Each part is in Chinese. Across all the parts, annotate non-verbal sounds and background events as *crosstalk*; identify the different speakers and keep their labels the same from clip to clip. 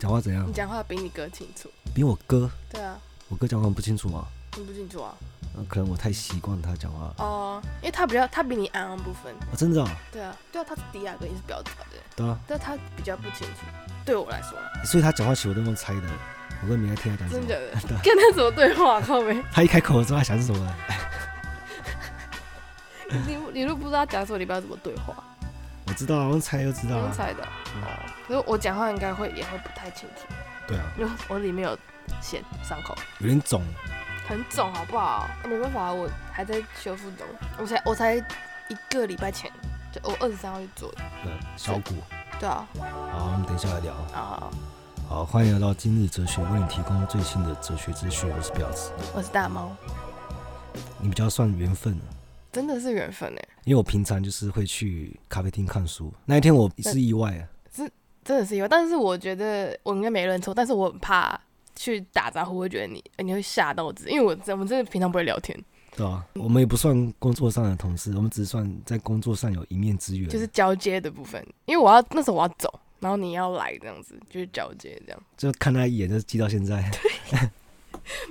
Speaker 1: 讲话怎样
Speaker 2: 你？讲话比你哥清楚。
Speaker 1: 比我哥，
Speaker 2: 对啊，
Speaker 1: 我哥讲话不清楚吗？
Speaker 2: 你不清楚啊？
Speaker 1: 呃可能我太习惯他讲话了。
Speaker 2: 哦，因为他比较，他比你昂昂不分。
Speaker 1: 啊，真的啊、
Speaker 2: 对啊，对啊，他是低雅哥，你是比较高的，
Speaker 1: 对啊，
Speaker 2: 但他比较不清楚。对我来说啊，
Speaker 1: 所以他讲话其实我都用猜的，我都没在听他讲什
Speaker 2: 真的
Speaker 1: 么。
Speaker 2: 假的，跟他怎么对话？靠没？
Speaker 1: 他一开口我知道他想什么了。
Speaker 2: *laughs* 你你都不知道他讲什么，你不知道怎么对话，
Speaker 1: 我知道啊，我用猜就知
Speaker 2: 不
Speaker 1: 道
Speaker 2: 用
Speaker 1: 啊。
Speaker 2: 猜的。哦，可是我讲话应该会也会不太清楚，
Speaker 1: 对啊，
Speaker 2: 因为我里面有线伤口，
Speaker 1: 有点肿。
Speaker 2: 很肿，好不好？没办法，我还在修复中，我才我才一个礼拜前，就我二十三号去做的。
Speaker 1: 嗯，小骨。
Speaker 2: 对啊，
Speaker 1: 好，我们等一下来聊。
Speaker 2: 啊，
Speaker 1: 好，欢迎来到今日哲学，为你提供最新的哲学资讯。我是表子，
Speaker 2: 我是大猫，
Speaker 1: 你比较算缘分啊
Speaker 2: 真的是缘分哎，
Speaker 1: 因为我平常就是会去咖啡厅看书。那一天我是意外啊，
Speaker 2: 真的是有。但是我觉得我应该没认错，但是我很怕去打招呼，会觉得你欸你会吓到我自己，因为我真我们真的平常不会聊天，
Speaker 1: 对啊，我们也不算工作上的同事，我们只是算在工作上有一面之缘，
Speaker 2: 就是交接的部分，因为我要那时候我要走，然后你要来这样子，就是交接这样。
Speaker 1: 就看他一眼就记到现在。 *laughs*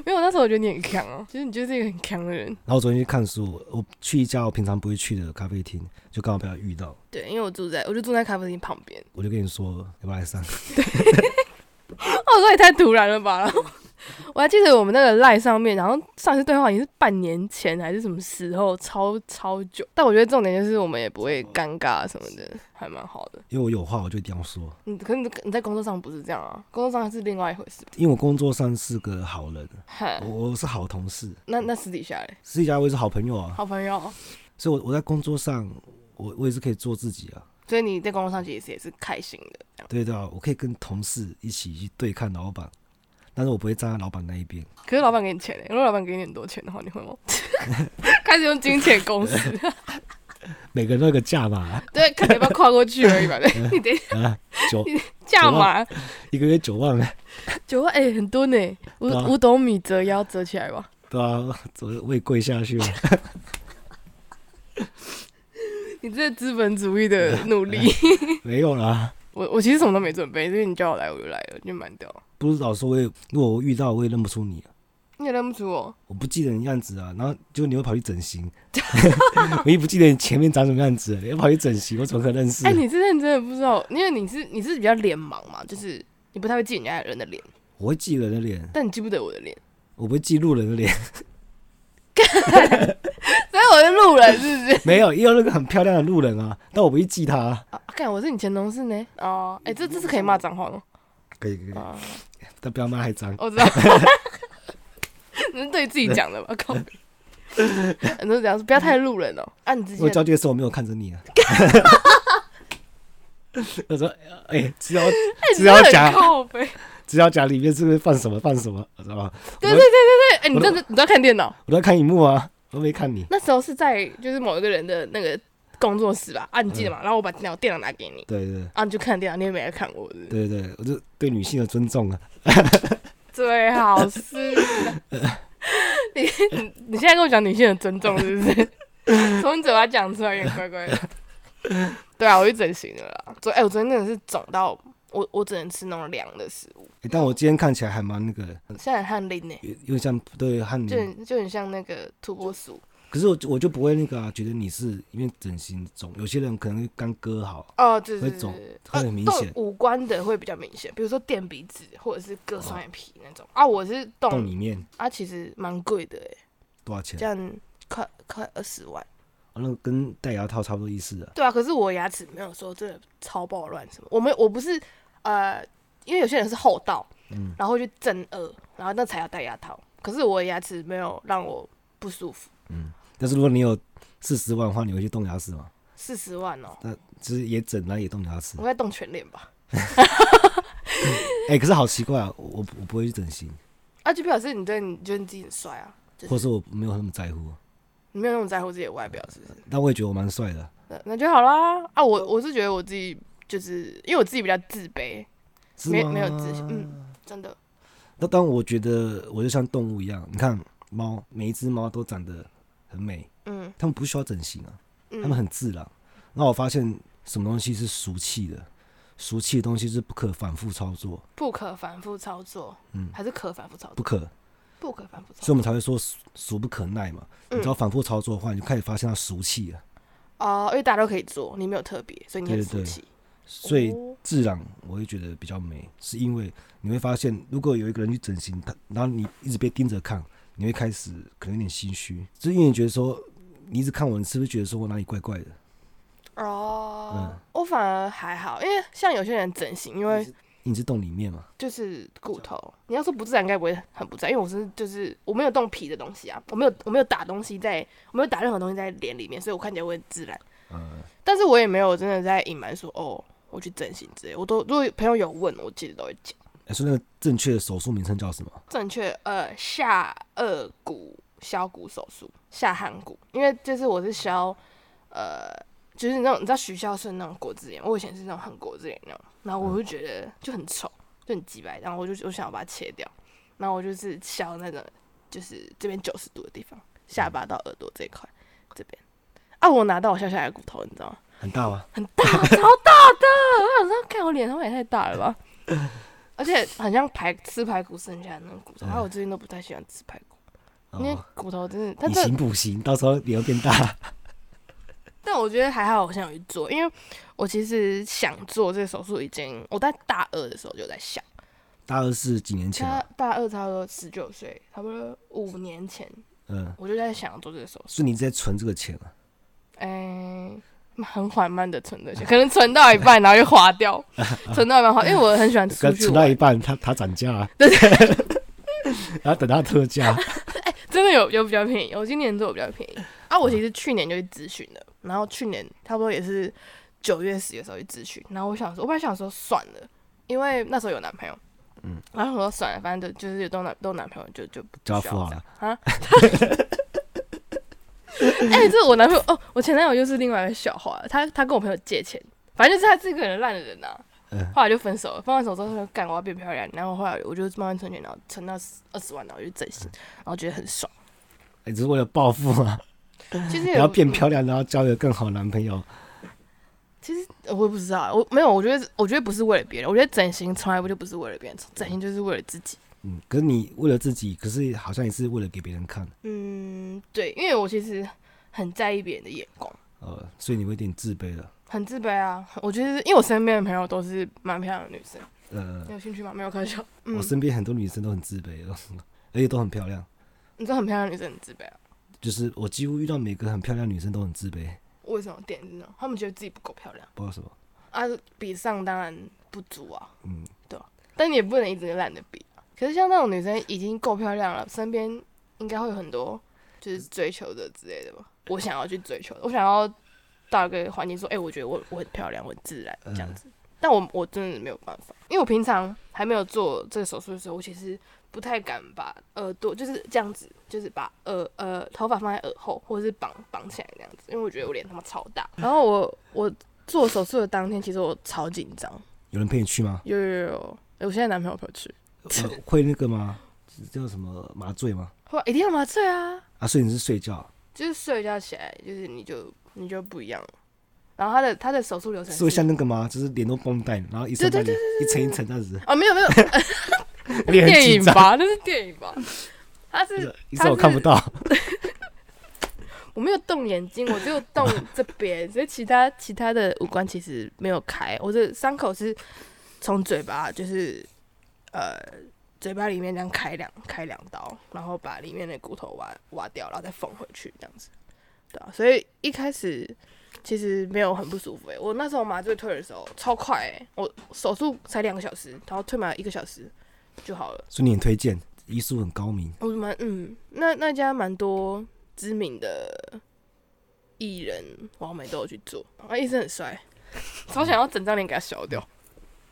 Speaker 2: 没有，那时候我觉得你很强哦、就是你就是一个很强的人。
Speaker 1: 然后我昨天去看书，我我去一家我平常不会去的咖啡厅，就刚好被他遇到，
Speaker 2: 对，因为我住在我就住在咖啡厅旁边，
Speaker 1: 我就跟你说要不要来上？
Speaker 2: 哦，这也太突然了吧！然后我还记得我们那个赖上面，然后上次对话已经是半年前还是什么时候，超超久。但我觉得重点就是我们也不会尴尬什么的，还蛮好的。
Speaker 1: 因为我有话我就一定要说，
Speaker 2: 你可是你你在工作上不是这样啊，工作上是另外一回事吧？
Speaker 1: 因为我工作上是个好人，
Speaker 2: 嗨
Speaker 1: 我，我是好同事，
Speaker 2: 那那私底下嘞，
Speaker 1: 私底下我也是好朋友啊，
Speaker 2: 好朋友，
Speaker 1: 所以我我在工作上我我也是可以做自己啊。
Speaker 2: 所以你在工作上其实也是开心的，这样。
Speaker 1: 对对啊，我可以跟同事一起去对抗老板，但是我不会站在老板那一边。
Speaker 2: 可是老板给你钱嘞，如果老板给你很多钱的话，你会吗？ *laughs* 开始用金钱攻势， *laughs*
Speaker 1: 每个人都有个价码，
Speaker 2: 对，看你要不要跨过去而已吧。对 *laughs* 你得
Speaker 1: 九
Speaker 2: 价码
Speaker 1: 一个月九万，
Speaker 2: 九万，哎、很多呢，五
Speaker 1: 对啊
Speaker 2: 五斗米折腰折起来吧。
Speaker 1: 对啊，我我也跪下去了。
Speaker 2: *laughs* 你这资本主义的努力，
Speaker 1: 没有啦，
Speaker 2: *laughs* 我我其实什么都没准备，所以你叫我来我就来了，就蛮屌。
Speaker 1: 不是老师，我也如果我遇到我也认不出你啊、
Speaker 2: 你也认不出我，
Speaker 1: 我不记得你样子啊，然后就你会跑去整
Speaker 2: *laughs*
Speaker 1: 形， *laughs* 我也不记得你前面长什么样子，你要跑去整形，我怎么可能认识？
Speaker 2: 哎、你是认真的不知道，因为你是你是比较脸盲嘛，就是你不太会记人家人的脸，
Speaker 1: 我会记人的脸，
Speaker 2: 但你记不得我的脸，
Speaker 1: 我不会记路人的脸。
Speaker 2: *laughs*
Speaker 1: *laughs*
Speaker 2: 所以我是路人是不是？
Speaker 1: 没有，也有那个很漂亮的路人啊，但我不会记他、
Speaker 2: *laughs* 啊，看我是你前同事呢。哦，哎、这这是可以骂脏话吗？
Speaker 1: 可以可以，
Speaker 2: 啊，哦
Speaker 1: 但不要骂太脏。
Speaker 2: *laughs* 我知道， *laughs* 你是对自己讲的 *laughs* 吧？靠，很多这样说，不要太路人哦。按、你之
Speaker 1: 我
Speaker 2: 前
Speaker 1: 交接的时候我没有看着你啊。 *laughs* 我说，哎、只要只要
Speaker 2: 很
Speaker 1: 夹
Speaker 2: 靠背，
Speaker 1: 只要夹里面是不是放什么放什么，知道吗？
Speaker 2: 对对对对对，哎、你真的你在看电脑？
Speaker 1: 我在看荧幕啊，我都没看你。
Speaker 2: 那时候是在就是某一个人的那个工作室吧，啊，你记得吗？然后我把电脑电脑拿给你，
Speaker 1: 对对
Speaker 2: 啊，你就看电脑，你也没来看我，是不是
Speaker 1: 对对对，我就对女性的尊重啊。
Speaker 2: *laughs* 最好是的 *laughs* 你你你现在跟我讲女性的尊重是不是？从你嘴巴讲出来有点怪怪的。对啊，我去整形了啦。昨哎、我昨天真的是肿到我我只能吃那种凉的食物，
Speaker 1: 欸但我今天看起来还蛮那个，
Speaker 2: 现在很汗淋呢、
Speaker 1: 有有点像对汉
Speaker 2: 就
Speaker 1: 民。
Speaker 2: 很就很像那个土拨鼠。
Speaker 1: 可是我就我就不会那个啊，觉得你是因为整形肿，有些人可能刚割好，
Speaker 2: 哦，对对
Speaker 1: 会
Speaker 2: 对
Speaker 1: 肿
Speaker 2: 对对，
Speaker 1: 会很
Speaker 2: 呃
Speaker 1: 明
Speaker 2: 动
Speaker 1: 显
Speaker 2: 五官的会比较明显，比如说垫鼻子或者是割双眼皮那
Speaker 1: 哦
Speaker 2: 种、啊。我是
Speaker 1: 洞
Speaker 2: 动
Speaker 1: 里面
Speaker 2: 啊，其实蛮贵的哎，
Speaker 1: 多少钱
Speaker 2: 这？样快快二十万。
Speaker 1: 哦那个跟戴牙套差不多意思啊。
Speaker 2: 对啊，可是我牙齿没有说真的超暴乱什么，我没我不是呃，因为有些人是后道，
Speaker 1: 嗯
Speaker 2: 然后去正颚，然后那才要戴牙套。可是我的牙齿没有让我不舒服，
Speaker 1: 但是如果你有四十万的话，你会去动牙齿吗？
Speaker 2: 四十万哦，
Speaker 1: 就是也整，然后也动牙齿
Speaker 2: 我。该动全脸吧？
Speaker 1: 哎、可是好奇怪啊，我我我不会去整形，
Speaker 2: 啊，就表示你对你觉得你自己很帅啊，就
Speaker 1: 或
Speaker 2: 是
Speaker 1: 是我没有那么在乎，
Speaker 2: 你没有那么在乎自己的外表，是不是？
Speaker 1: 但我也觉得我蛮帅的。
Speaker 2: 那那就好啦。啊，我我是觉得我自己就是因为我自己比较自卑，
Speaker 1: 是
Speaker 2: 没
Speaker 1: 吗
Speaker 2: 没有自信，嗯，真的。
Speaker 1: 那当然，我觉得我就像动物一样，你看猫，每一只猫都长得很美，
Speaker 2: 嗯
Speaker 1: 它们不需要整形啊，它们
Speaker 2: 嗯，
Speaker 1: 很自然。那我发现什么东西是俗气的，俗气的东西是不可反复操作，
Speaker 2: 不可反复操作，
Speaker 1: 嗯
Speaker 2: 还是可反复操作，
Speaker 1: 不可，
Speaker 2: 不可反复操
Speaker 1: 所以
Speaker 2: 作。
Speaker 1: 我们才会说俗俗不可耐嘛。你只要反复操作的话，你就开始发现它俗气了。
Speaker 2: 哦，因为大家都可以做，你没有特别，所以你很
Speaker 1: 对对
Speaker 2: 服
Speaker 1: 对
Speaker 2: 气。
Speaker 1: 所以
Speaker 2: 哦
Speaker 1: 自然我会觉得比较美，是因为你会发现，如果有一个人去整形，他然后你一直被盯着看，你会开始可能有点心虚，就是因为你觉得说你一直看我，你是不是觉得说我哪里怪怪的？嗯
Speaker 2: 哦，我反而还好，因为像有些人整形，因为
Speaker 1: 你是洞里面嘛？
Speaker 2: 就是骨头，你要说不自然，应该不会很不自然，因为我是就是我没有动皮的东西啊，我没有我没有打东西在，我没有打任何东西在脸里面，所以我看起来会很自然。
Speaker 1: 呃，
Speaker 2: 但是我也没有真的在隐瞒说哦，我去整形之类，我都如果朋友有问，我记得都会讲。
Speaker 1: 哎说那个正确的手术名称叫什么？
Speaker 2: 正确，呃，下颚骨削骨手术，下颌骨，因为就是我是削，呃，就是那种你知道徐孝顺那种国字脸，我以前是那种很国字脸那种，然后我就觉得就很丑，就很鸡白，然后我就我想要把它切掉，然后我就是削那个就是这边九十度的地方，下巴到耳朵这一块这边，啊，我拿到我笑下来的骨头，你知道吗？
Speaker 1: 很大吗？
Speaker 2: 很
Speaker 1: *laughs*
Speaker 2: 大，超大的。我想说，看我脸上也太大了吧？ *laughs* 而且很像排吃排骨剩下的那种骨头，
Speaker 1: 嗯
Speaker 2: 啊然后我最近都不太喜欢吃排骨，因为
Speaker 1: 哦，
Speaker 2: 骨头真的，但
Speaker 1: 以
Speaker 2: 这
Speaker 1: 形补形，到时候脸会变大。
Speaker 2: 但我觉得还好，我现在有去做，因为我其实想做这个手术已经，我在大二的时候就在想，
Speaker 1: 大二是几年前、
Speaker 2: 大
Speaker 1: *laughs* 啊，
Speaker 2: 大二差不多十九岁，差不多五年前
Speaker 1: 嗯、
Speaker 2: 我就在想做这个手术，
Speaker 1: 所以你在存这个钱啊？
Speaker 2: 哎、很缓慢的存着钱，可能存到一半然后就花掉，
Speaker 1: *laughs*
Speaker 2: 存到一半花，因为我很喜欢出
Speaker 1: 刚
Speaker 2: 去
Speaker 1: *laughs* 存
Speaker 2: 玩
Speaker 1: 到，一半，它它涨价、 *laughs* 啊，
Speaker 2: 对
Speaker 1: 然后等它特价，
Speaker 2: 真的有有比较便宜，我今年做比较便宜
Speaker 1: 嗯
Speaker 2: 啊。我其实去年就去咨询的，然后去年差不多也是九月十的时候去咨询，然后我想说，我本来想说算了，因为那时候有男朋友，
Speaker 1: 嗯，
Speaker 2: 然后我说算了，反正就就是有都男都有男朋友就就不
Speaker 1: 叫它
Speaker 2: 需
Speaker 1: 付
Speaker 2: 要
Speaker 1: 好
Speaker 2: 这样
Speaker 1: 了。
Speaker 2: 啊。哎、这我男朋友哦，我前男友就是另外一个笑话，他他跟我朋友借钱，反正就是他是个很烂的人呐、啊
Speaker 1: 嗯
Speaker 2: 后来就分手了，分完手之后他就干我要变漂亮，然后后来我就慢慢存钱，然后存到二十万，然后就整
Speaker 1: 嗯
Speaker 2: 形，然后觉得很爽。
Speaker 1: 你、哎只是为了暴富啊，
Speaker 2: 其实也
Speaker 1: 然后变
Speaker 2: 嗯
Speaker 1: 漂亮，然后交一个更好的男朋友，
Speaker 2: 其实呃我也不知道，我没有，我觉得我觉得不是为了别人，我觉得整形从来不就不是为了别人，整形就是为了自己。
Speaker 1: 嗯，可是你为了自己，可是好像也是为了给别人看，
Speaker 2: 嗯，对，因为我其实很在意别人的眼光，
Speaker 1: 呃，所以你会有点自卑了，
Speaker 2: 很自卑啊。我觉得是因为我身边的朋友都是蛮漂亮的女生，
Speaker 1: 呃
Speaker 2: 你，有兴趣吗？没有开玩笑。嗯
Speaker 1: 我，身边很多女生都很自卑， *laughs* 而且都很漂亮，
Speaker 2: 嗯你知道很漂亮的女生很自卑啊？
Speaker 1: 就是我几乎遇到每个很漂亮的女生都很自卑，
Speaker 2: 为什么点是呢？她们觉得自己不够漂亮
Speaker 1: 不知道什么，
Speaker 2: 啊，比上当然不足啊。
Speaker 1: 嗯，
Speaker 2: 但你也不能一直懒得比啊。可是像那种女生已经够漂亮了，身边应该会有很多就是追求者之类的吧。我想要去追求，我想要到一个环境说，哎、我觉得我我很漂亮，我很自然这样子。但我我真的没有办法，因为我平常还没有做这个手术的时候，我其实不太敢把耳朵就是这样子，就是把耳呃头发放在耳后，或者是绑绑起来这样子，因为我觉得我脸他妈超大。然后我我做手术的当天，其实我超紧张，
Speaker 1: 有人陪你去
Speaker 2: *laughs*
Speaker 1: 吗？
Speaker 2: 有有有有，我现在男朋友陪我去。
Speaker 1: 呃，会那个吗？叫什么麻醉吗？
Speaker 2: 会一定要麻醉啊，
Speaker 1: 啊，所以你是睡觉，
Speaker 2: 就是睡一觉起来，就是你就你就不一样了。然后他的他的手术流程
Speaker 1: 是会像那个吗？就是脸都绷带，然后一层把你一层一层这样子，
Speaker 2: 啊、没有没有
Speaker 1: 脸很
Speaker 2: 电
Speaker 1: 紧
Speaker 2: 影
Speaker 1: 张，
Speaker 2: 吧，那是电影吧？他
Speaker 1: 不
Speaker 2: 是
Speaker 1: 是医生我看不到，
Speaker 2: 我没有动眼睛，我只有动这边，所以其他其他的五官其实没有开。我的伤口是从嘴巴就是呃嘴巴里面这样开两开两刀，然后把里面的骨头挖挖掉，然后再缝回去这样子。对啊，所以一开始其实没有很不舒服诶、我那时候麻醉退的时候超快诶、我手术才两个小时，然后退麻一个小时就好了。
Speaker 1: 所以你很推荐，医术很高明，
Speaker 2: 我蛮嗯，那那家蛮多知名的艺人、网美都有去做，啊，医生很帅，超想要整张脸给他削掉。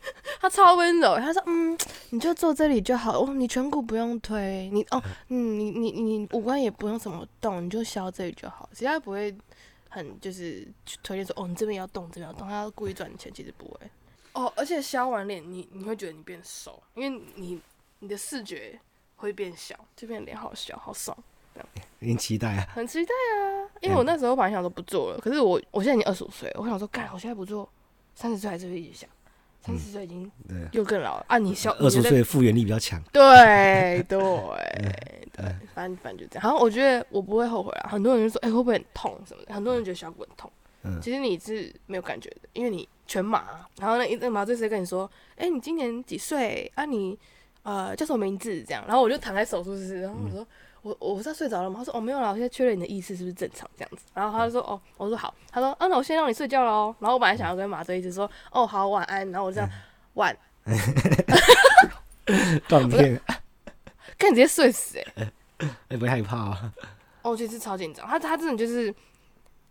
Speaker 2: *laughs* 他超温柔，他说：“嗯，你就坐这里就好，哦，你颧骨不用推，你哦，嗯，你你你五官也不用怎么动，你就削这里就好。”其实他不会很就是去推荐说：“哦，你这边要动，这边要动。”他要故意赚你钱，其实不会。哦，而且削完脸，你你会觉得你变瘦，因为你你的视觉会变小，这边脸好
Speaker 1: 嗯
Speaker 2: 小，好爽，
Speaker 1: 有点期待啊。 *laughs*
Speaker 2: 很期待啊！
Speaker 1: 嗯
Speaker 2: 因为我那时候本来想说不做了，可是我我现在已经二十五岁了，我想说，干，我现在不做，三十岁还是会一直想，三十岁已经
Speaker 1: 对，
Speaker 2: 又更老了啊！你小
Speaker 1: 嗯二十，
Speaker 2: 你
Speaker 1: 岁
Speaker 2: 在
Speaker 1: 的复原力比较
Speaker 2: *laughs*
Speaker 1: 强。
Speaker 2: 对对对
Speaker 1: 哎，
Speaker 2: 反正反正就这样。好像我觉得我不会后悔啊。很多人就说，哎、会不会很痛什么的？很多人觉得小骨很痛，
Speaker 1: 嗯
Speaker 2: 其实你是没有感觉的，因为你全麻。然后呢，一那麻醉师跟你说，哎、你今年几岁啊你？呃叫什么名字？这样。然后我就躺在手术室，然后我说。我我是睡着了吗？他说哦没有啦，我现在确认你的意识是不是正常这样子。然后他就说哦，我说好。他说啊那我先让你睡觉喽。然后我本来想要跟麻醉医师说哦好晚安，然后我这样晚
Speaker 1: 断片，
Speaker 2: 看直接睡死哎、
Speaker 1: 哎，不会害怕啊？
Speaker 2: 哦，其实超紧张，他他真的就是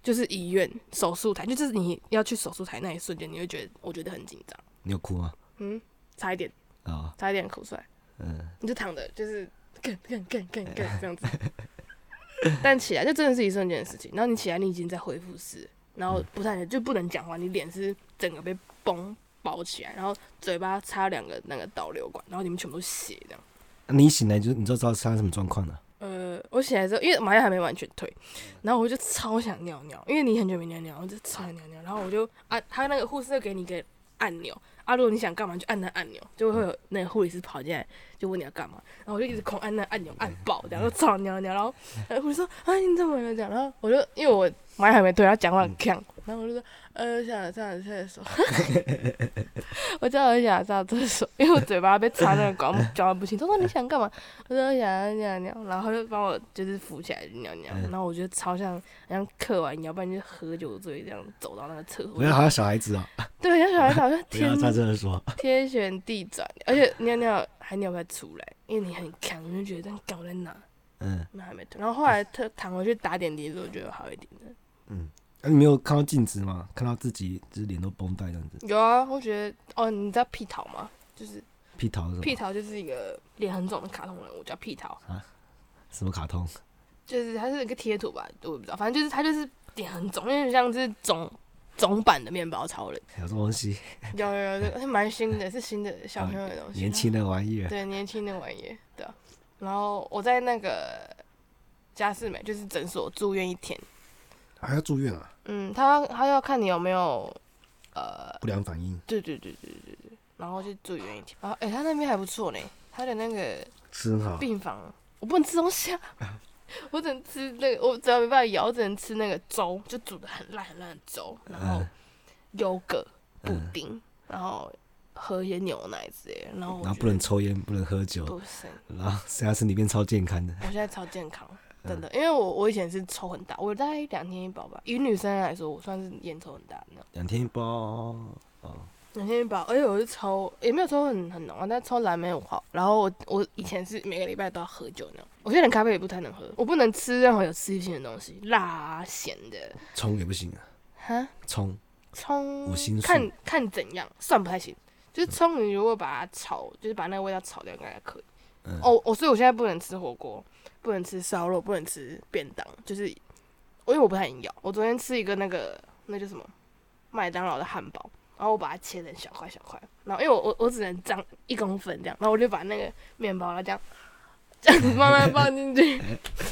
Speaker 2: 就是医院手术台，就是你要去手术台那一瞬间，你会觉得我觉得很紧张，
Speaker 1: 你有哭啊吗？
Speaker 2: 嗯，差一点
Speaker 1: 啊，
Speaker 2: 差一点口出来，
Speaker 1: 嗯，
Speaker 2: 你就躺着就是干干干干干这样子，但起来就真的是一瞬间的事情，然后你起来你已经在恢复室，然后不太就不能讲话，你脸是整个被绷包起来，然后嘴巴插两个那个导流管，然后里面全部都是血这样。
Speaker 1: 啊你一醒来就你就知道发生什么状况了。
Speaker 2: 呃，我醒来之后，因为麻药还没完全退，然后我就超想尿尿，因为你很久没尿尿，我就超想尿尿，然后我就按他那个护士就给你一个按钮，啊，如果你想干嘛就按那按钮，就会有那个护理师跑进来就问你要干嘛，然后我就一直狂按那按钮，按爆这样，然后超想尿尿，然后呃护士说啊你怎么了这样，然后我就因为我麻药还没退，他讲话
Speaker 1: 嗯
Speaker 2: 很呛，然后我就说呃想上厕所， *laughs* 我叫我想上厕所，因为我嘴巴被插那个管，讲话不清，他说你想干嘛？我说我想尿尿，然后他就帮我就是扶起来就尿尿，
Speaker 1: 嗯
Speaker 2: 然后我觉得超像好像嗑完药，不然就是喝酒醉这样走到那个厕所
Speaker 1: 不，要好像小孩子啊，
Speaker 2: 对，像小孩子好像
Speaker 1: 不要
Speaker 2: 天
Speaker 1: 在这说。
Speaker 2: 天旋地转，而且尿尿还尿不太出来，因为你很强，你就觉得但搞在哪，
Speaker 1: 嗯，
Speaker 2: 那还没退。然后后来他躺回去打点滴的时候，我觉得好一点的。
Speaker 1: 那啊你没有看到镜子吗？看到自己就是脸都绷带这样子，
Speaker 2: 有啊，我觉得哦，你知道屁桃吗？就是
Speaker 1: 屁桃是什
Speaker 2: 屁
Speaker 1: 么？
Speaker 2: 桃就是一个脸很肿的卡通人物，叫屁桃，
Speaker 1: 什么卡通？
Speaker 2: 就是它是一个贴图吧，我也不知道，反正就是它就是脸很肿，有点像是肿肿版的面包超人。
Speaker 1: 有这种东西？
Speaker 2: 有有有，而且蛮新的，是新的小朋友的东
Speaker 1: 啊
Speaker 2: 西。
Speaker 1: 年轻的玩 *laughs* 意儿。
Speaker 2: 啊对，年轻的玩意，对啊。然后我在那个嘉士美，就是诊所住院一天。
Speaker 1: 还要住院啊？
Speaker 2: 嗯，他他要看你有没有，呃，
Speaker 1: 不良反应，
Speaker 2: 对对对对对对，然后就住院一天。然后哎、他那边还不错呢，他的那个
Speaker 1: 吃很好。
Speaker 2: 病房，我不能吃东西啊， *laughs* 我只能吃那个，我只要没办法咬，我只能吃那个粥，就煮的很烂很烂的粥，然后
Speaker 1: 嗯
Speaker 2: 优格、布
Speaker 1: 嗯
Speaker 2: 丁，然后喝一些牛奶之类的，然后我
Speaker 1: 然后
Speaker 2: 觉
Speaker 1: 不能
Speaker 2: 得
Speaker 1: 抽烟，不能喝酒，
Speaker 2: 不行。
Speaker 1: 然后现在身体变超健康的。
Speaker 2: 我现在超健康，真的，因为我我以前是抽很大，我大概两天一包吧。以女生来说，我算是烟抽很大的那种，
Speaker 1: 两天一包哦，
Speaker 2: 两天一包，而且我是抽也没有抽很很浓啊，但抽蓝莓五号。然后我我以前是每个礼拜都要喝酒那种，我现在连咖啡也不太能喝，我不能吃任何有刺激性的东西，辣啊、咸的，
Speaker 1: 冲也不行啊，
Speaker 2: 哈， *laughs*
Speaker 1: 冲
Speaker 2: 葱
Speaker 1: 五星素
Speaker 2: 看看怎样，蒜不太行。就是葱，你如果把它炒，就是把那个味道炒掉，应该还可以。
Speaker 1: 嗯
Speaker 2: 哦，我所以我现在不能吃火锅，不能吃烧肉，不能吃便当，就是因为我不太能咬。我昨天吃一个那个那叫什么麦当劳的汉堡，然后我把它切成小块小块，然后因为我我我只能长一公分这样，然后我就把那个面包它这样这样子慢慢放
Speaker 1: *laughs*
Speaker 2: 进去，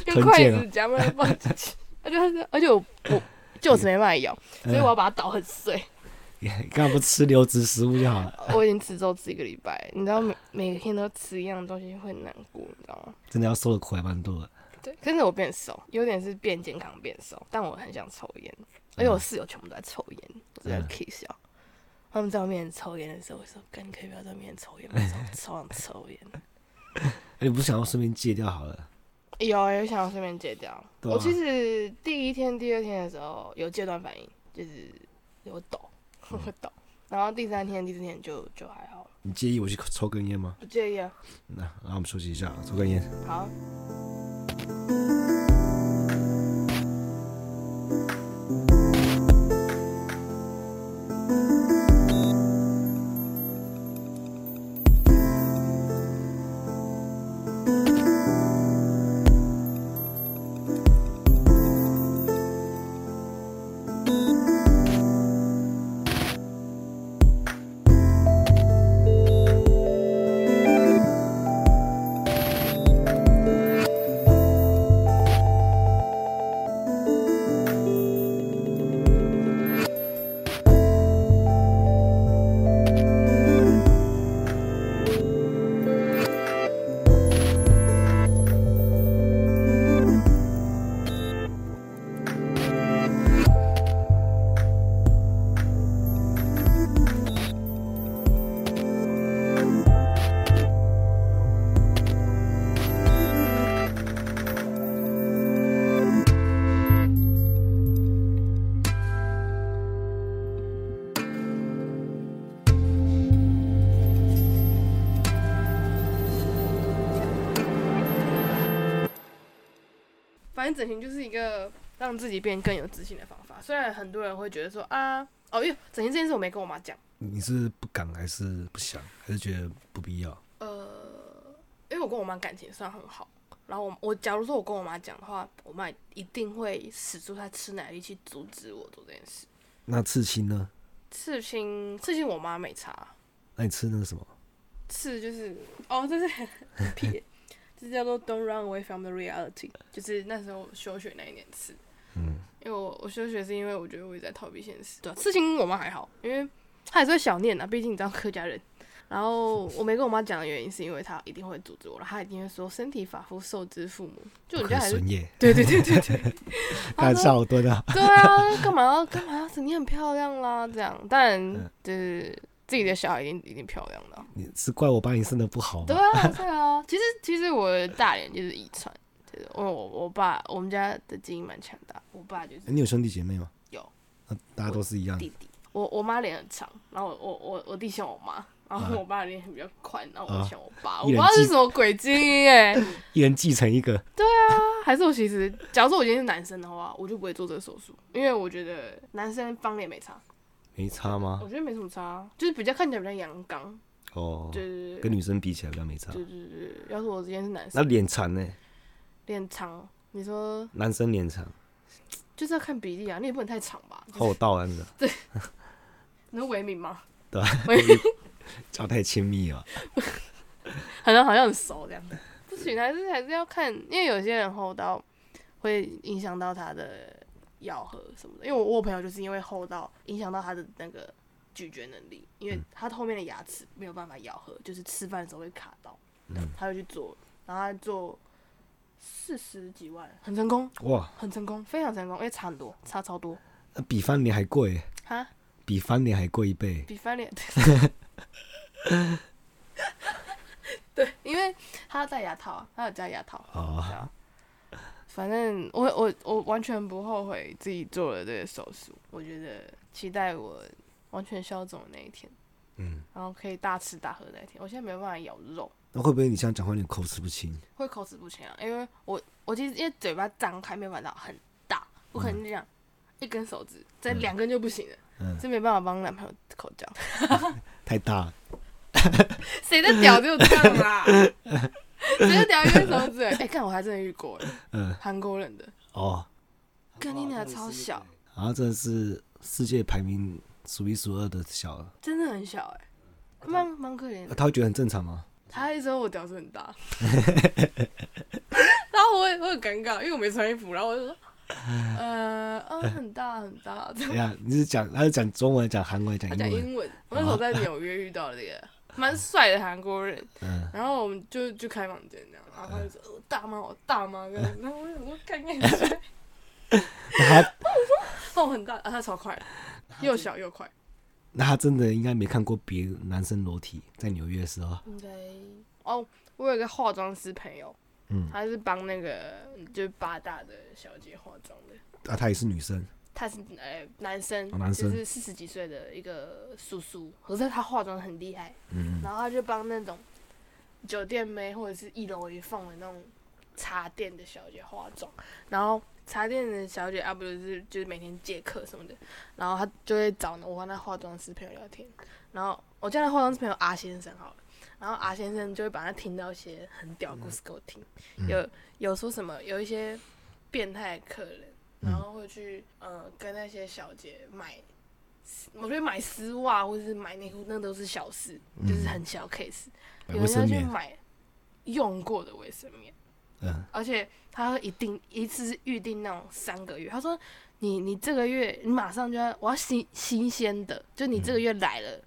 Speaker 2: 用
Speaker 1: 吞
Speaker 2: 筷
Speaker 1: 剑啊
Speaker 2: 子夹慢慢放进去，而且它是而且我我就是没办法咬，所以我要把它捣很碎。
Speaker 1: 干嘛不吃流质食物就好了？
Speaker 2: *laughs* 我已经吃粥吃一个礼拜，你知道每每天都吃一样的东西会很难过，你知道吗？
Speaker 1: 真的要受的苦还蛮多的。
Speaker 2: 对，可是我变瘦，有点是变健康变瘦，但我很想抽烟，而且我室友全部都在抽烟，我真的
Speaker 1: 嗯
Speaker 2: K 笑。他们在我面前抽烟的时候，我说：“干，你可以不要在我面前抽烟吗？我超想抽烟。
Speaker 1: 哎你不想要顺便戒掉好了？”
Speaker 2: *laughs* 有，啊有想要顺便戒掉。
Speaker 1: 对啊
Speaker 2: 我其实第一天、第二天的时候有戒断反应，就是有抖， *laughs* 我
Speaker 1: 嗯
Speaker 2: 抖。然后第三天、第四天就就还好了，
Speaker 1: 你介意我去抽根烟吗？
Speaker 2: 不介意啊。
Speaker 1: 那那我们休息一下，抽根烟。
Speaker 2: 好，反正整形就是一个让自己变更有自信的方法。虽然很多人会觉得说啊，哦，因为整形这件事我没跟我妈讲，
Speaker 1: 你是不敢还是不想，还是觉得不必要？
Speaker 2: 呃，因为我跟我妈感情算很好，然后我我假如说我跟我妈讲的话，我妈一定会使出她吃奶力去阻止我做这件事。
Speaker 1: 那刺青呢？
Speaker 2: 刺青，刺青我妈没查，
Speaker 1: 那你吃那个什么？
Speaker 2: 刺就是哦，这是屁，这叫做 Don't Run Away from the Reality，就是那时候我休学那一年刺。
Speaker 1: 嗯，
Speaker 2: 因为我我休学是因为我觉得我一直在逃避现实。对啊、刺青我妈还好，因为她还是会小念啊，毕竟你知道客家人。然后我没跟我妈讲的原因是因为她一定会阻止我，然后她一定会说身体发肤受之父母，就
Speaker 1: 不
Speaker 2: 人家
Speaker 1: 可
Speaker 2: 还是
Speaker 1: 损也，
Speaker 2: 对对对对
Speaker 1: *laughs*
Speaker 2: 对，
Speaker 1: 干
Speaker 2: 说
Speaker 1: 少我蹲啊！
Speaker 2: 对啊，干嘛要干嘛要整你很漂亮啦这样，但
Speaker 1: 嗯
Speaker 2: 就是自己的小孩一定一定漂亮的啊、
Speaker 1: 你是怪我把你生的不好
Speaker 2: 对
Speaker 1: 吗？ *laughs*
Speaker 2: 啊，对啊。其实其实我的大脸就是遗传，就是我我我爸我们家的基因蛮强大，我爸就是
Speaker 1: 你有兄弟姐妹吗？
Speaker 2: 有，
Speaker 1: 那大家都是一样的。
Speaker 2: 弟弟。我我妈脸很长，然后我我我我弟像我妈，然后
Speaker 1: 啊
Speaker 2: 我爸脸很比较宽，然后我
Speaker 1: 啊
Speaker 2: 像我爸，我不
Speaker 1: *laughs* 一人
Speaker 2: 知道是
Speaker 1: 记
Speaker 2: 什么鬼基因哎、
Speaker 1: 一人继承一个，
Speaker 2: *laughs* 还是我其实，假如说我今天是男生的话，我就不会做这个手术，因为我觉得男生方脸没
Speaker 1: 啊
Speaker 2: 差，
Speaker 1: 没差吗
Speaker 2: 我？觉得没什么差，啊就是比较看起来比较阳刚，
Speaker 1: 哦，
Speaker 2: 对对对
Speaker 1: 跟女生比起来比较没差。
Speaker 2: 对对对对。
Speaker 1: 啊
Speaker 2: 要是我今天是男
Speaker 1: 那
Speaker 2: 生，
Speaker 1: 脸长呢？
Speaker 2: 脸长，你说
Speaker 1: 男生脸长，
Speaker 2: 就是要看比例啊，你也不能太长吧？就是
Speaker 1: 厚道啊，那个
Speaker 2: 你是维敏吗？
Speaker 1: *laughs* 叫太亲密了。
Speaker 2: 好像好像很熟这样。不行，还是还是要看，因为有些人厚到会影响到他的咬合什么的。因为我我有朋友就是因为厚到影响到他的那个咀嚼能力，因为他后面的牙齿没有办法咬合，就是吃饭的时候会卡到，
Speaker 1: 嗯，
Speaker 2: 他就去做，然后他做四十几万，很成功，
Speaker 1: 哇，
Speaker 2: 很成功，非常成功，因为差很多，差超多
Speaker 1: 那比翻脸还贵，
Speaker 2: 哈。
Speaker 1: 比翻脸还贵一倍。
Speaker 2: 比翻脸。对，因为他要戴牙套啊，他有加牙套。
Speaker 1: 哦
Speaker 2: 对啊反正我我我完全不后悔自己做了这个手术，我觉得期待我完全消肿的那一天，
Speaker 1: 嗯，
Speaker 2: 然后可以大吃大喝的那一天。我现在没有办法咬肉，
Speaker 1: 那会不会你这样讲话有点口齿不清？
Speaker 2: 会口齿不清啊，因为我我其实因为嘴巴张开没有办法很大，我可能就这样、一根手指，这两根就不行了，
Speaker 1: 嗯，
Speaker 2: 这没办法帮男朋友口交。
Speaker 1: 太大了。
Speaker 2: 谁的屌只有这样啦？谁的屌一根手 *laughs* 指？哎、看我还真的遇过，哎
Speaker 1: 嗯，
Speaker 2: 韩国人的，
Speaker 1: 哦，
Speaker 2: 干你俩超小，
Speaker 1: 然后真的是世界排名数一数二的小了，
Speaker 2: 真的很小哎、蛮蛮可怜
Speaker 1: 那 *laughs*
Speaker 2: 的。
Speaker 1: 他会觉得很正常吗？
Speaker 2: 他一说我屌是很大，然后我也我很尴尬，因为我没穿衣服，然后我就说，呃，啊，很大很大。
Speaker 1: 等一下，哎你是讲他是讲中文，讲韩文，讲
Speaker 2: 他
Speaker 1: 英
Speaker 2: 讲
Speaker 1: 文？
Speaker 2: 英文，我那时候在纽约遇到了这个蛮帅的韩国人，
Speaker 1: 嗯，
Speaker 2: 然后我们就就开房间
Speaker 1: *laughs*
Speaker 2: 这样，然后他就说哦大妈，我大妈，这样然后我就想说干干谁？
Speaker 1: 那他
Speaker 2: 哦，很大，啊，他超快的，又小又快，
Speaker 1: 那他真的应该没看过别的男生裸体，在纽约的时候，
Speaker 2: 应该哦。我有一个化妆师朋友，
Speaker 1: 嗯，
Speaker 2: 他是帮那个就是八大的小姐化妆的，
Speaker 1: 啊，他也是女生，
Speaker 2: 他是呃男生，
Speaker 1: 哦男生
Speaker 2: 就是四十几岁的一个叔叔，可是他化妆得很厉害，
Speaker 1: 嗯，
Speaker 2: 然后他就帮那种酒店妹或者是一楼一凤的那种茶店的小姐化妆，然后茶店的小姐啊，不就是就是每天接客什么的，然后他就会找我跟他化妆师朋友聊天，然后我叫他化妆师朋友阿先生好了。然后阿先生就会把他听到一些很屌的故事给我听，有有说什么有一些变态的客人，然后会去呃跟那些小姐买我觉得买丝袜或者是买内裤，那都是小事，就是很小 case。
Speaker 1: 嗯买
Speaker 2: 有
Speaker 1: 卫
Speaker 2: 人要
Speaker 1: 生
Speaker 2: 去
Speaker 1: 棉，
Speaker 2: 买用过的卫生棉，
Speaker 1: 嗯，
Speaker 2: 而且他会一定一次是预定那种三个月。他说你你这个月你马上就要，我要新新鲜的，就你这个月来了，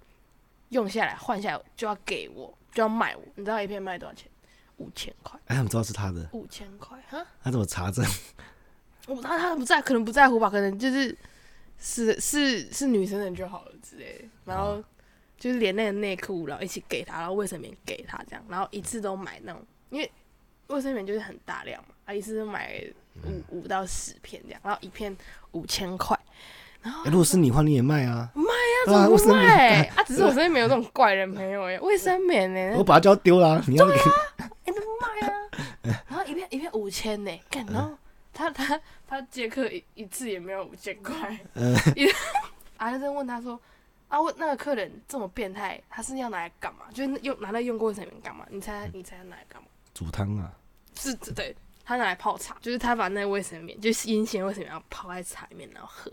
Speaker 2: 用下来换下来就要给我，就要卖我。你知道一片卖多少钱？五千块，
Speaker 1: 哎，他们知道是他的，
Speaker 2: 五千块哈！
Speaker 1: 他怎么查证？
Speaker 2: 我他他不在，可能不在乎吧，可能就是是是是女生的就好了之类的，然后
Speaker 1: 哦
Speaker 2: 就是连那个内裤，然后一起给他，然后卫生棉给他这样，然后一次都买那种，因为卫生棉就是很大量嘛，啊一次就买
Speaker 1: 嗯
Speaker 2: 五五到十片这样，然后一片五千块，
Speaker 1: 哎如果是你的话，你也卖啊，
Speaker 2: 那
Speaker 1: 对啊
Speaker 2: 怎么
Speaker 1: 卫生
Speaker 2: 不
Speaker 1: 棉
Speaker 2: 卖？啊，只是我身边没有这种怪人朋友哎，卫生棉呢、
Speaker 1: 我把它叫丢了啊，你要给嗯
Speaker 2: 哎、欸，那卖啊，然后一片一片五千呢，干，然后他他他接客一一次也没有五千块， *laughs*
Speaker 1: 呃，
Speaker 2: 阿就在问他说：“啊，我那个客人这么变态，他是要拿来干嘛？就是用拿来用过的产品干嘛？你
Speaker 1: 嗯
Speaker 2: 猜你猜他拿来干嘛？
Speaker 1: 煮汤啊，
Speaker 2: 是对，他拿来泡茶，就是他把那个卫生棉，就是阴险卫生棉，然后泡在茶里面，然后喝。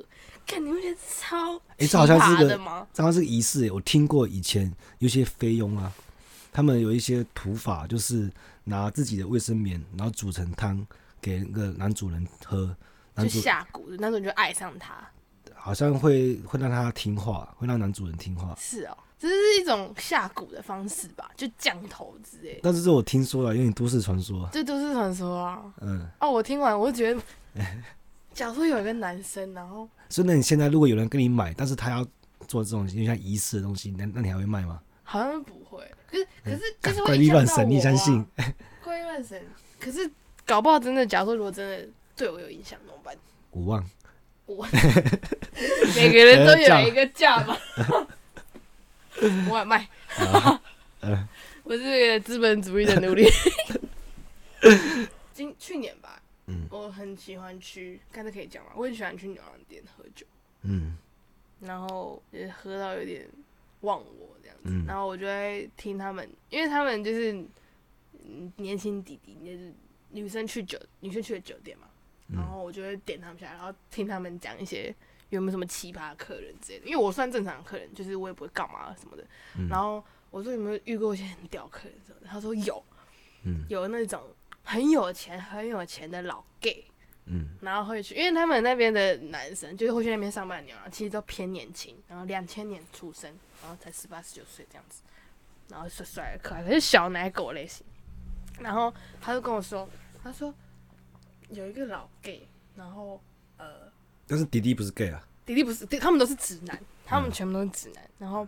Speaker 2: 看你会觉得超
Speaker 1: 诶
Speaker 2: 奇
Speaker 1: 这好像是
Speaker 2: 葩
Speaker 1: 个
Speaker 2: 的吗？
Speaker 1: 这好像是个仪式耶。我听过以前有些菲佣啊，他们有一些土法，就是拿自己的卫生棉，然后煮成汤给那个男主人喝，男
Speaker 2: 就
Speaker 1: 主
Speaker 2: 下蛊，那种就爱上他，
Speaker 1: 好像会会让他听话，会让男主人听话。
Speaker 2: 是哦，这是一种下蛊的方式吧？就降头之类的，
Speaker 1: 但是这我听说了，有点都市传说。
Speaker 2: 这都是传说啊。
Speaker 1: 嗯，
Speaker 2: 哦，我听完我就觉得，假如说有一个男生，然后
Speaker 1: 所以那你现在如果有人跟你买，但是他要做这种有点像仪式的东西，那那你还会卖吗？
Speaker 2: 好像不会，可是可是
Speaker 1: 干嗯
Speaker 2: 就是
Speaker 1: 哎怪
Speaker 2: 会
Speaker 1: 力
Speaker 2: 影
Speaker 1: 乱
Speaker 2: 响到我、啊。
Speaker 1: 神，你相信？
Speaker 2: 怪力乱神，可是搞不好真的，假如说如果真的对我有影响
Speaker 1: *laughs*
Speaker 2: 怎么办？
Speaker 1: 五万，
Speaker 2: 我每个人都有一个价
Speaker 1: *laughs*
Speaker 2: 吧。我也卖，
Speaker 1: 呃，
Speaker 2: *laughs* 我是一个资本主义
Speaker 1: *laughs*
Speaker 2: 的奴隶。今去年吧，
Speaker 1: 嗯
Speaker 2: 我很喜欢去，看这可以讲吗？我很喜欢去牛郎店喝酒，
Speaker 1: 嗯
Speaker 2: 然后也喝到有点忘我这样子，
Speaker 1: 嗯
Speaker 2: 然后我就在听他们，因为他们就是嗯年轻弟弟，就是女生去酒，女生去的酒店嘛，然
Speaker 1: 嗯
Speaker 2: 后我就会点他们下来，然后听他们讲一些有没有什么奇葩客人之类的。因为我算正常的客人，就是我也不会干嘛什么的。
Speaker 1: 嗯
Speaker 2: 然后我说有没有遇过一些很屌客人什么的？他说有，
Speaker 1: 嗯
Speaker 2: 有那种很有钱、很有钱的老 gay，
Speaker 1: 嗯
Speaker 2: 然后会去，因为他们那边的男生就是会去那边上班的牛郎，其实都偏年轻，然后两千年出生，然后才十八十九岁这样子，然后帅帅的可爱，可是小奶狗类型。然后他就跟我说，他说有一个老 gay，然后呃。
Speaker 1: 但是迪迪不是 gay 啊，
Speaker 2: 弟弟不是，弟他们都是直男，他
Speaker 1: 嗯
Speaker 2: 们全部都是直男。然后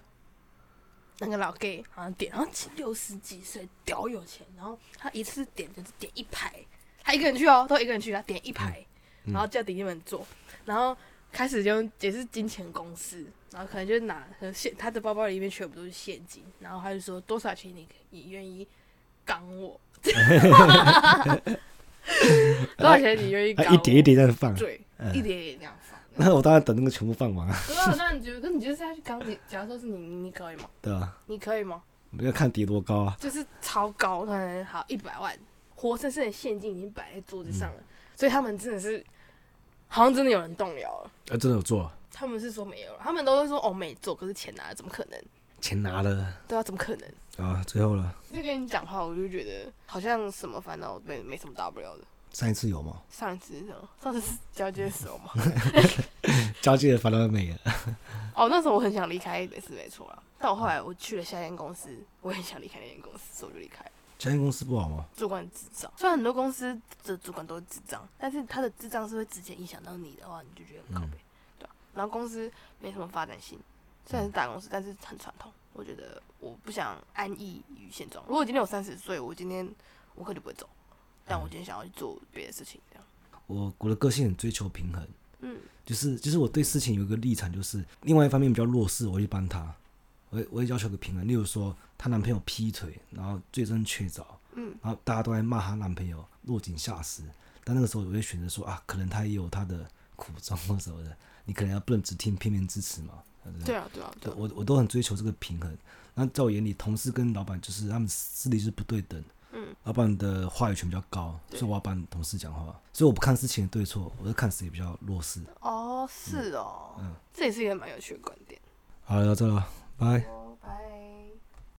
Speaker 2: 那个老 gay 好像点，然后六十几岁，屌有钱。然后他一次点就是点一排，他一个人去哦，都一个人去，他点一排，
Speaker 1: 嗯
Speaker 2: 然后叫弟弟们做，然后开始就也是金钱公司，然后可能就拿和现他的包包里面全部都是现金，然后他就说多少钱你可你愿意刚我？ *laughs* 多少钱你愿
Speaker 1: *laughs*
Speaker 2: 意
Speaker 1: 他
Speaker 2: 刚我？
Speaker 1: 一叠一叠这样放。
Speaker 2: 对，
Speaker 1: 嗯
Speaker 2: 一叠一叠那样放。
Speaker 1: 那 *laughs* 我当然等那个全部放完啊，
Speaker 2: 对啊，那你觉得，你觉得是要去钢铁？假如说是你，你你可以吗？
Speaker 1: 对吧？
Speaker 2: 你可以吗？
Speaker 1: 我们要看叠多高啊。
Speaker 2: 就是超高，可能好一百万，活生生的现金已经摆在桌子上了，所以他们真的是，好像真的有人动摇了。
Speaker 1: 啊，真的有做，
Speaker 2: 他们是说没有了，他们都是说哦没做，可是钱拿了，怎么可能？
Speaker 1: 钱拿了
Speaker 2: 对啊，怎么可能？
Speaker 1: 啊，最后了。
Speaker 2: 就跟你讲话，我就觉得好像什么烦恼没没什么大不了的。
Speaker 1: 上一次有吗？
Speaker 2: 上一次是什么？上次是交接的时候嘛。 *laughs*
Speaker 1: 交界的烦恼美了。
Speaker 2: 哦，那时候我很想离开，是没错啦。但我后来我去了下一间公司，我也很想离开那间公司，所以我就离开了。
Speaker 1: 这间公司不好吗？
Speaker 2: 主管智障，虽然很多公司的主管都是智障，但是他的智障是会直接影响到你的话，你就觉得很靠
Speaker 1: 嗯
Speaker 2: 背，对啊然后公司没什么发展性，虽然是大公司，但是很传统。我觉得我不想安逸于现状。如果今天我三十岁，我今天我肯定不会走，
Speaker 1: 嗯
Speaker 2: 但我今天想要去做别的事情，这样。
Speaker 1: 我我的个性很追求平衡，
Speaker 2: 嗯，
Speaker 1: 就是就是我对事情有一个立场，就是另外一方面比较弱势，我会帮他，我会我会要求个平衡。例如说，她男朋友劈腿，然后罪证确凿，
Speaker 2: 嗯，
Speaker 1: 然后大家都在骂她男朋友落井下石，但那个时候我会选择说啊，可能他也有他的苦衷或什么的，你可能要不能只听片面之词嘛，对不对
Speaker 2: 对啊，对啊，
Speaker 1: 对
Speaker 2: 对啊，
Speaker 1: 我我都很追求这个平衡。那在我眼里，同事跟老板就是他们势力是不对等。
Speaker 2: 嗯，
Speaker 1: 老板的话语权比较高，所以我要帮同事讲话，所以我不看事情的对错，我是看谁比较弱势。
Speaker 2: 哦，是哦，
Speaker 1: 嗯
Speaker 2: 这也是一个蛮有趣的观点。
Speaker 1: 好了，到这了，拜。
Speaker 2: 哦